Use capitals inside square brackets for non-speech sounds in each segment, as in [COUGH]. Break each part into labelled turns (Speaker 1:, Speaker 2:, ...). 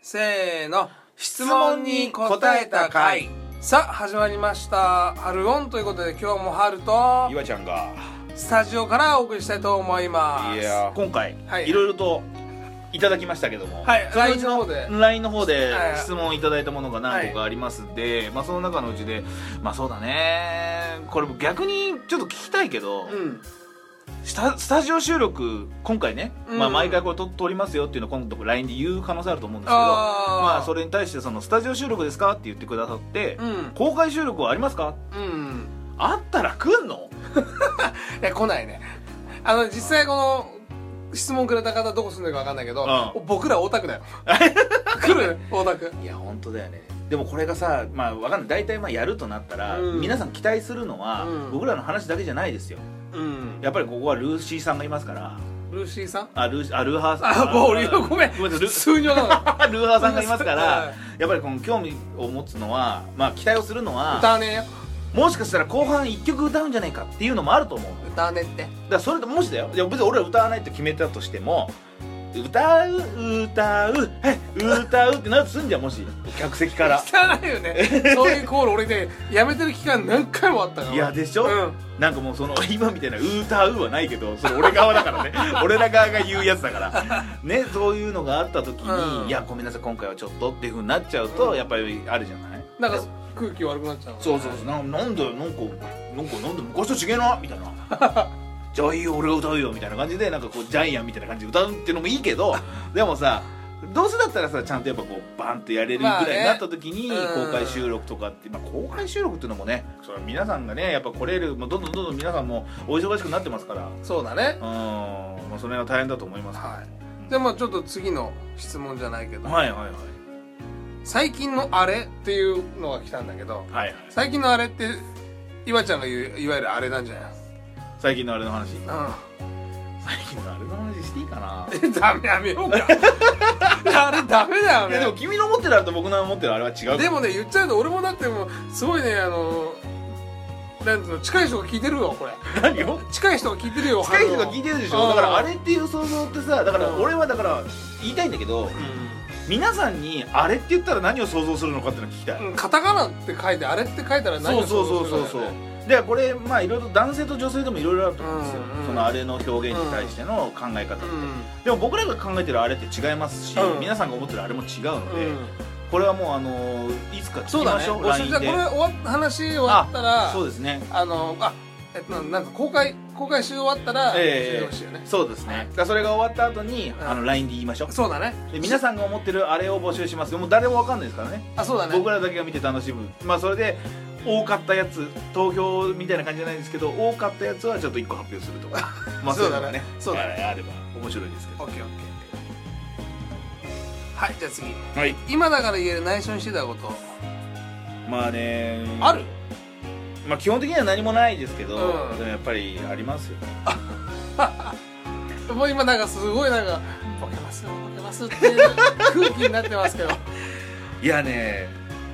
Speaker 1: せーの質問に答えた回さあ始まりました「春オン」ということで今日も春と
Speaker 2: 岩ちゃんが
Speaker 1: スタジオからお送りしたいと思いま
Speaker 2: い
Speaker 1: す
Speaker 2: や
Speaker 3: 今回、
Speaker 1: はい
Speaker 3: い、ろいろといただきましたけども、
Speaker 1: はい
Speaker 3: そのう
Speaker 1: LINE
Speaker 3: ち
Speaker 1: の方で
Speaker 3: LINE の方で
Speaker 1: はい
Speaker 3: 質問いただいたものが何個かありますんで、まあ、その中のうちでまあそうだねこれ逆にちょっと聞きたいけど、
Speaker 1: うん
Speaker 3: スタスタジオ収録今回ね、
Speaker 1: うん
Speaker 3: まあ、毎回これ撮撮りますよっていうのを今度 LINE で言う可能性あると思うんですけど
Speaker 1: あー
Speaker 3: まあ、それに対してその「スタジオ収録ですか?」って言ってくださって、
Speaker 1: うん
Speaker 3: 公開収録はありますか
Speaker 1: うん
Speaker 3: あったら来んの
Speaker 1: いや来ないねあの実際この質問くれた方どこ住んでるか分かんないけど、
Speaker 3: う
Speaker 1: 僕らオタクだ
Speaker 3: [LAUGHS]
Speaker 1: よ来るオタク
Speaker 3: いや本当だよねでもこれがさまあわかんない大体まあやるとなったら、
Speaker 1: うん
Speaker 3: 皆さん期待するのは、
Speaker 1: うん
Speaker 3: 僕らの話だけじゃないですよ
Speaker 1: うん
Speaker 3: やっぱりここはルーシーさんがいますから
Speaker 1: ルーシーさん
Speaker 3: あルーシあルーハーさん
Speaker 1: あもう俺ごめん
Speaker 3: ごめんな
Speaker 1: 普
Speaker 3: さいル
Speaker 1: 通に分かんなかっ
Speaker 3: ー [LAUGHS] ルーハーさんがいますか
Speaker 1: は [LAUGHS]
Speaker 3: らやっぱりこの興味を持つのはまあ期待をするの
Speaker 1: た
Speaker 3: は
Speaker 1: 歌わねえよ
Speaker 3: もしかしたら後半1曲歌うんじゃないかっていうのもあると思うのよ
Speaker 1: 歌わねえって
Speaker 3: だからそれともしだよいや別に俺は歌わないって決めたとしても歌う歌うえ歌うってなるとすんじゃんもし客席から
Speaker 1: 汚いよねそういうコール俺ねやめてる期間何回もあったから
Speaker 3: いやでしょ、
Speaker 1: うん
Speaker 3: なんかもうその [LAUGHS] 今みたいな「歌う」はないけどそれ俺側だか
Speaker 1: [LAUGHS]
Speaker 3: らね俺ら側が言うやつだからねそういうのがあった時に「
Speaker 1: うん
Speaker 3: いやごめんなさい今回はちょっと」っていうふうになっちゃうと、
Speaker 1: うん
Speaker 3: やっぱりあるじゃない
Speaker 1: なんか空気悪くなっちゃうの
Speaker 3: そうそうそうななんだよなんかなんかなんだ昔と違えなみたい [LAUGHS] な「じゃあいいよ俺が歌うよ」みたいな感じでなんかこうジャイアンみたいな感じで歌うっていうのもいいけどでもさどうせだったらさちゃんとやっぱこうバンとやれるぐ
Speaker 1: ま
Speaker 3: ら
Speaker 1: あね
Speaker 3: いになった時に
Speaker 1: うん
Speaker 3: 公開収録とかって、まあ公開収録っていうのもねそれは皆さんがねやっぱ来れるもうどんどんどんどん皆さんもお忙しくなってますからうん
Speaker 1: そうだね
Speaker 3: まあそれは大変だと思いますけど
Speaker 1: はでもちょっと次の質問じゃないけど
Speaker 3: はいはいはい
Speaker 1: 最近のあれっていうのが来たんだけど
Speaker 3: はいはい
Speaker 1: 最近のあれって岩ちゃんが言ういわゆるあれなんじゃない
Speaker 3: 最近のあれの話
Speaker 1: う
Speaker 3: 最近のあれの話 [LAUGHS] していいかな
Speaker 1: んダメやめようか
Speaker 3: [LAUGHS]
Speaker 1: あれダメだよ
Speaker 3: いやでも
Speaker 1: ね
Speaker 3: 君の思ってるあれと僕の思ってるあれは違うから
Speaker 1: でもね言っちゃうと俺もだってもうすごいねあのなんていうの近い人が聞いてるよこれ
Speaker 3: 何を
Speaker 1: 近い人が聞いてるよ
Speaker 3: 近い人が聞いてるでし
Speaker 1: う
Speaker 3: ょ
Speaker 1: ん
Speaker 3: だからあれっていう想像ってさだから
Speaker 1: うん
Speaker 3: 俺はだから言いたいんだけど皆さんにあれって言ったら何を想像するのかっていうのを聞きたい、
Speaker 1: うん、うん、カタカナって書いてあれって書いたら何
Speaker 3: そう
Speaker 1: を
Speaker 3: そ
Speaker 1: 想
Speaker 3: うそ
Speaker 1: 像
Speaker 3: う
Speaker 1: するか
Speaker 3: そうそう
Speaker 1: だよね
Speaker 3: でこれまあいろいろ男性と女性でもいろいろあると思うんですよ、
Speaker 1: うんうん
Speaker 3: そのあれの表現に対しての考え方って、でも僕らが考えてるあれって違いますし、
Speaker 1: うん
Speaker 3: 皆さんが思ってるあれも違うの
Speaker 1: うん、
Speaker 3: で、
Speaker 1: うん
Speaker 3: これはもうあのーいつか
Speaker 1: そう
Speaker 3: 聞き
Speaker 1: だ
Speaker 3: ま
Speaker 1: ね
Speaker 3: しょう、
Speaker 1: お
Speaker 3: LINE
Speaker 1: じゃあこ
Speaker 3: で
Speaker 1: れ終わっ話終わったら
Speaker 3: そうですね
Speaker 1: あのあえっとなんか公開公開し終わったら教
Speaker 3: ええ
Speaker 1: えてほしいよね、
Speaker 3: そうですね、だからそれが終わった後に、
Speaker 1: ん
Speaker 3: あの LINE で言いましょう
Speaker 1: そうだね
Speaker 3: で皆さんが思ってるあれを募集しますよもう誰もわかんないですからね
Speaker 1: あそうだね
Speaker 3: 僕らだけが見て楽しむまあそれで多かったやつ投票みたいな感じじゃないんですけど多かったやつはちょっと一個発表する
Speaker 1: [LAUGHS]
Speaker 3: とかまあ
Speaker 1: そう
Speaker 3: い
Speaker 1: だ
Speaker 3: のが
Speaker 1: ねそうだね
Speaker 3: あれば面白いですけ
Speaker 1: オッケーオッケーオッケーはいじゃあ次
Speaker 3: どはい
Speaker 1: 今だから言える内緒にしてたこと
Speaker 3: まあね
Speaker 1: ある
Speaker 3: まあ基本的には何もないですけど、
Speaker 1: うん
Speaker 3: でもやっぱりありますよね
Speaker 1: もう今なんかすごいなんかボケますよボケますっていう空気になってます
Speaker 3: [LAUGHS]
Speaker 1: けど
Speaker 3: いやね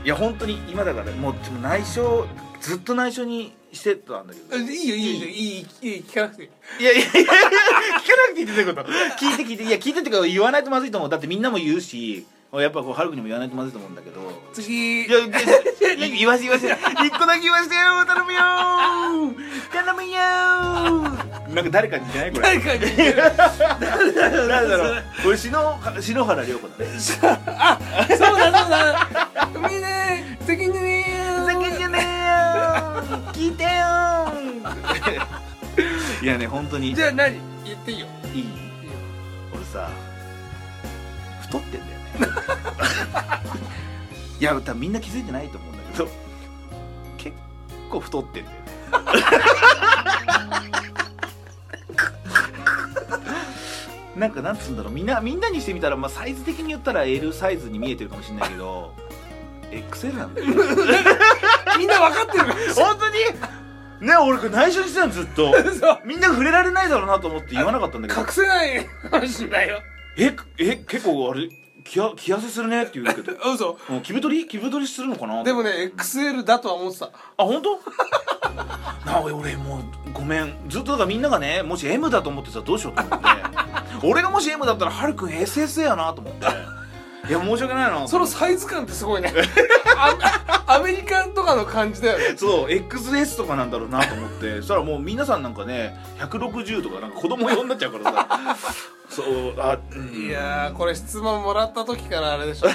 Speaker 3: いや本当に今だからもうでも内緒ずっと内緒にしてたんだけど
Speaker 1: いいよいいよいいよいいいい聞かなくていい
Speaker 3: いやいやいやいや聞かなくていいってどういうこと聞いて聞いていや聞いてってか言わないとまずいと思うだってみんなも言うしやっぱこうハルクにも言わないとまずいと思うんだけど
Speaker 1: 次
Speaker 3: いやいやいや言わせ言わせ一個だけ言わせてよ頼むよ頼むよなんか誰かに言ってないこれ
Speaker 1: 誰かに言ってる
Speaker 3: 誰だろう俺篠篠原涼子だね
Speaker 1: あそうだそうだみんな責任ね
Speaker 3: ふざけんじゃねえよ聞いてよいやね本当に
Speaker 1: じゃあ何言っていいよ
Speaker 3: いい俺さ太ってんだよね [LAUGHS] いや多分みんな気づいてないと思うんだけど結構太ってんだよ [LAUGHS] ねなんかなんつうんだろうみんなみんなにしてみたら、まあ、サイズ的に言ったら L サイズに見えてるかもしれないけど XL なんだよね
Speaker 1: みんな分かってる
Speaker 3: [LAUGHS] 本当にね俺これ内緒にしてたのずっと
Speaker 1: そう
Speaker 3: みんな触れられないだろうなと思って言わなかったんだけど
Speaker 1: 隠せないかもしれないよ
Speaker 3: ええ結構あれ気や気痩せするねって言う
Speaker 1: [LAUGHS]
Speaker 3: けど
Speaker 1: 嘘
Speaker 3: うん気太り気太りするのかな
Speaker 1: でもね XL だとは思ってた
Speaker 3: あ本当 [LAUGHS] なあ俺俺もうごめんずっとだからみんながねもし
Speaker 1: [LAUGHS]
Speaker 3: M だと思ってさどうしようと思って俺がもし M だったらハルくん SS やなと思っていや申し訳ないな
Speaker 1: [LAUGHS] そのサイズ感ってすごいねあアメリカンとかの感じだよね
Speaker 3: そう XS とかなんだろうなと思ってそしたらもう皆さんなんかね160とかなんか子供用になっちゃうから
Speaker 1: [LAUGHS]
Speaker 3: さそうあ、うん
Speaker 1: いやーこれ質問もらった時からあれでしょ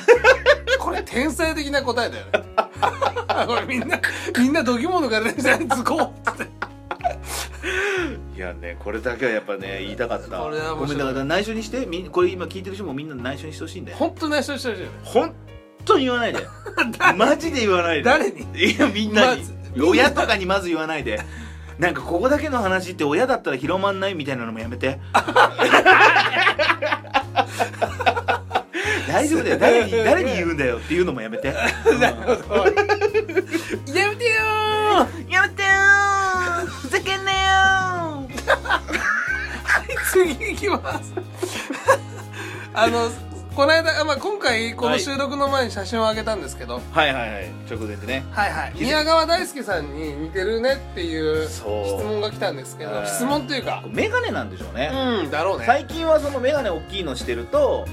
Speaker 1: これ天才的な答えだよねこれみんなみんな度肝抜かれてるじゃんズコーって
Speaker 3: いやねこれだけはやっぱね言いたかった
Speaker 1: これは
Speaker 3: ご
Speaker 1: 面白い
Speaker 3: めんだから内緒にしてみんこれ今聞いてる人もみんな内緒にしてほしいんだよ
Speaker 1: 本当に内緒にしてほしいよね
Speaker 3: 本当に言わないでマジで言わないで
Speaker 1: 誰に
Speaker 3: いやみんなに
Speaker 1: まず
Speaker 3: 親とかにまず言わないでなんかここだけの話って親だったら広まんないみたいなのもやめ [LAUGHS] て大丈夫だよ誰に誰に言うんだよっていうのもやめ [LAUGHS] て
Speaker 1: やめてよー
Speaker 3: やめてよふざけんなよ
Speaker 1: 次行きますあのこの間、あまあ、今回この収録の前に写真をあげたんですけど、はい、
Speaker 3: はいはいはい直前でね
Speaker 1: はい宮川大輔さんに似てるねっていう質
Speaker 3: そう
Speaker 1: 問が来たんですけど
Speaker 3: うん
Speaker 1: 質問というか
Speaker 3: メガネなんでしょうね、
Speaker 1: うんだろうね
Speaker 3: 最近はそのメガネ大きいのしてると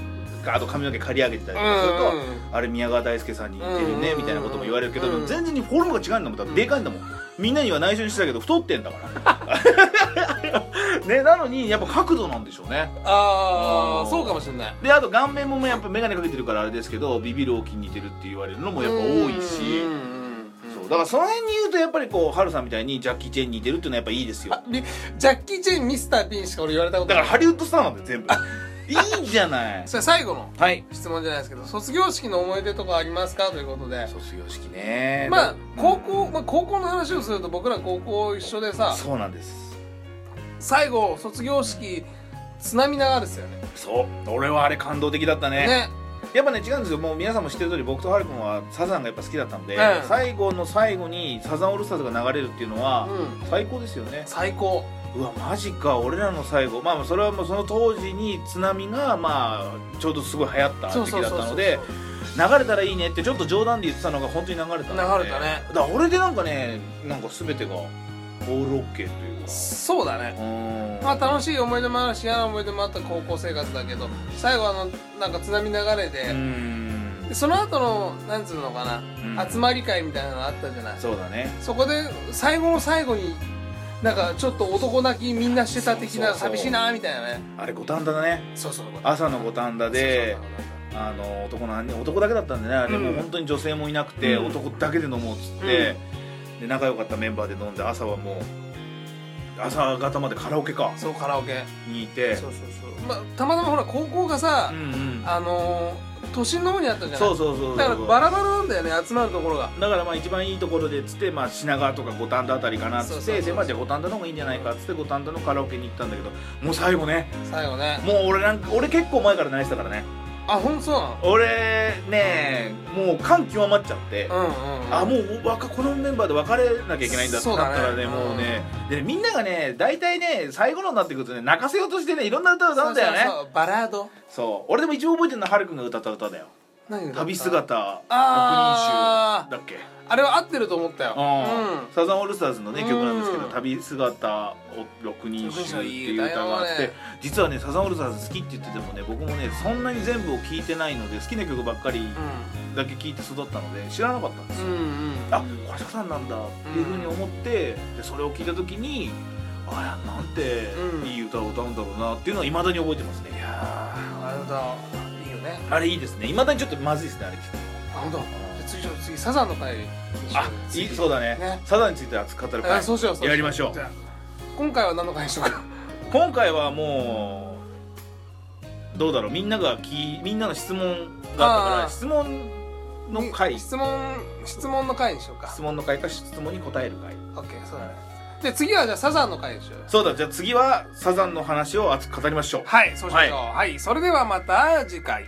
Speaker 3: あと髪の毛刈り上げてたりとかすると、
Speaker 1: うんうん
Speaker 3: あれ宮川大輔さんに似てるね
Speaker 1: うん
Speaker 3: みたいなことも言われるけど、
Speaker 1: うん
Speaker 3: 全然にフォルムが違うんだもんだってでかいんだもん、みんなには内緒にしてたけど太ってんだから
Speaker 1: [LAUGHS]
Speaker 3: [LAUGHS] ねなのにやっぱ角度なんでしょうね
Speaker 1: あ
Speaker 3: う
Speaker 1: あ
Speaker 3: ん
Speaker 1: そうかもしれない
Speaker 3: であと顔面もやっぱ眼鏡かけてるからあれですけどビビる大きいに似てるって言われるのもやっぱ多い
Speaker 1: うん
Speaker 3: し
Speaker 1: うんうん
Speaker 3: そうだからその辺に言うとやっぱりこうハルさんみたいにジャッキー・チェンに似てるっていうのはやっぱいいですよ
Speaker 1: あみジャッキー・チェンミスター・ピンしか俺言われたこと
Speaker 3: だか
Speaker 1: ない
Speaker 3: らハリウッドスターなんで全部いいじゃない
Speaker 1: それ最後の
Speaker 3: はい
Speaker 1: 質問じゃないですけど卒業式の思い出とかありますかということで
Speaker 3: 卒業式ね
Speaker 1: まあ高
Speaker 3: うん
Speaker 1: 校、まあ、高校の話をすると僕ら高校一緒でさ
Speaker 3: そうなんです
Speaker 1: 最後卒業式津波流れですよね
Speaker 3: そう俺はあれ感動的だったね
Speaker 1: ね
Speaker 3: やっぱね違うんですよもう皆さんも知ってる通り僕とハル君はサザンがやっぱ好きだったんで、
Speaker 1: うん
Speaker 3: 最後の最後にサザンオールスターズが流れるっていうのは、
Speaker 1: うん
Speaker 3: 最高ですよね
Speaker 1: 最高
Speaker 3: うわマジか俺らの最後まあまあそれはもうその当時に津波がまあちょうどすごい流行った時期だったので流れたらいいねってちょっと冗談で言ってたのが本当に流れたので
Speaker 1: 流れたね
Speaker 3: だから俺でなんかねなんか全てがオールオッケーというか
Speaker 1: そうだね
Speaker 3: うん
Speaker 1: まあ楽しい思い出もあるし嫌な思い出もあった高校生活だけど最後あのなんか津波流れ
Speaker 3: う
Speaker 1: で,、
Speaker 3: ん
Speaker 1: でその後のなんつうのかな、
Speaker 3: うん
Speaker 1: 集まり会みたいなのあったじゃない
Speaker 3: そうだね
Speaker 1: そこで最後の最後になんかちょっと男泣きみんなしてた的な
Speaker 3: そうそうそう
Speaker 1: 寂しいなみたいなね
Speaker 3: あれ五反田だね
Speaker 1: そうそうそう
Speaker 3: 朝の五反田で
Speaker 1: そうそう
Speaker 3: あの男の男だけだったんでねあれ
Speaker 1: うん
Speaker 3: もう本当に女性もいなくて、
Speaker 1: うん
Speaker 3: 男だけで飲もうっつって、で仲良かったメンバーで飲んで朝はもう朝方までカラオケか
Speaker 1: そうカラオケ
Speaker 3: にいて
Speaker 1: そうそうそう、まあ、たまたまほら高校がさ、
Speaker 3: うんうん
Speaker 1: あのー都心の方にあったじゃない
Speaker 3: そうそうそうそう
Speaker 1: だからバラバラなんだよね集まるところが
Speaker 3: だからまあ一番いいところでっつって、まあ、品川とか五反田あたりかなっつ
Speaker 1: そう
Speaker 3: っ
Speaker 1: そうそ
Speaker 3: て
Speaker 1: う
Speaker 3: でまあじゃあ五反田の方がいいんじゃないかっつって五反田のカラオケに行ったんだけどもう最後ね
Speaker 1: 最後ね
Speaker 3: もう俺なんか俺結構前から泣いてたからね
Speaker 1: あほんとそうなの
Speaker 3: 俺ねもう感極まっちゃって、
Speaker 1: うんうん、うん、
Speaker 3: あもうわかこのメンバーで別れなきゃいけないんだって
Speaker 1: そ
Speaker 3: なっ
Speaker 1: う
Speaker 3: た
Speaker 1: だね
Speaker 3: らねもうねでみんながね大体ね最後のになってくるとね泣かせようとしてねいろんな歌を歌うんだよね
Speaker 1: そうそうそうバラード
Speaker 3: そう俺でも一番覚えてるのはハルくんが歌った歌だよ
Speaker 1: 何歌
Speaker 3: 「
Speaker 1: った
Speaker 3: 旅姿
Speaker 1: あー
Speaker 3: 百人衆」だっけ
Speaker 1: あれは合ってると思ったよ
Speaker 3: うん、サザンオールスターズのね
Speaker 1: うん
Speaker 3: 曲なんですけど「旅姿を六人衆」っていう歌があっ
Speaker 1: いい歌よ
Speaker 3: て
Speaker 1: ね
Speaker 3: 実はねサザンオールスターズ好きって言っててもね僕もねそんなに全部を聴いてないので好きな曲ばっかり
Speaker 1: う
Speaker 3: だけ聴いて育ったので知らなかったんです
Speaker 1: ん
Speaker 3: よ
Speaker 1: うんうん
Speaker 3: あこれサザンなんだっていうふうに思って、でそれを聞いた時にああなんて
Speaker 1: うん
Speaker 3: いい歌を歌うんだろうなっていうのはいまだに覚えてますねいや
Speaker 1: あれだいいよね
Speaker 3: ーあれいいですねいまだにちょっとまずいですねあれ聞く
Speaker 1: あほんとじゃあ次ちょっと次サザンの回
Speaker 3: あいいそうだね
Speaker 1: ね
Speaker 3: サザンについて熱く語る
Speaker 1: あ
Speaker 3: 回
Speaker 1: そうしようそうよう
Speaker 3: やりましょう
Speaker 1: じゃあ今回は何の回にしようか
Speaker 3: 今回はもうどうだろうみんながきみんなの質問があったか
Speaker 1: あ
Speaker 3: ら
Speaker 1: ー
Speaker 3: 質問の回質
Speaker 1: 質問質問の回にしようか
Speaker 3: 問の回か質問に答える回
Speaker 1: オッケーそうだねで次はじゃあサザンの回にしようよ
Speaker 3: そうだじゃあ次はサザンの話を熱く語りましょう
Speaker 1: はいそうしましょうはい、それではまた次回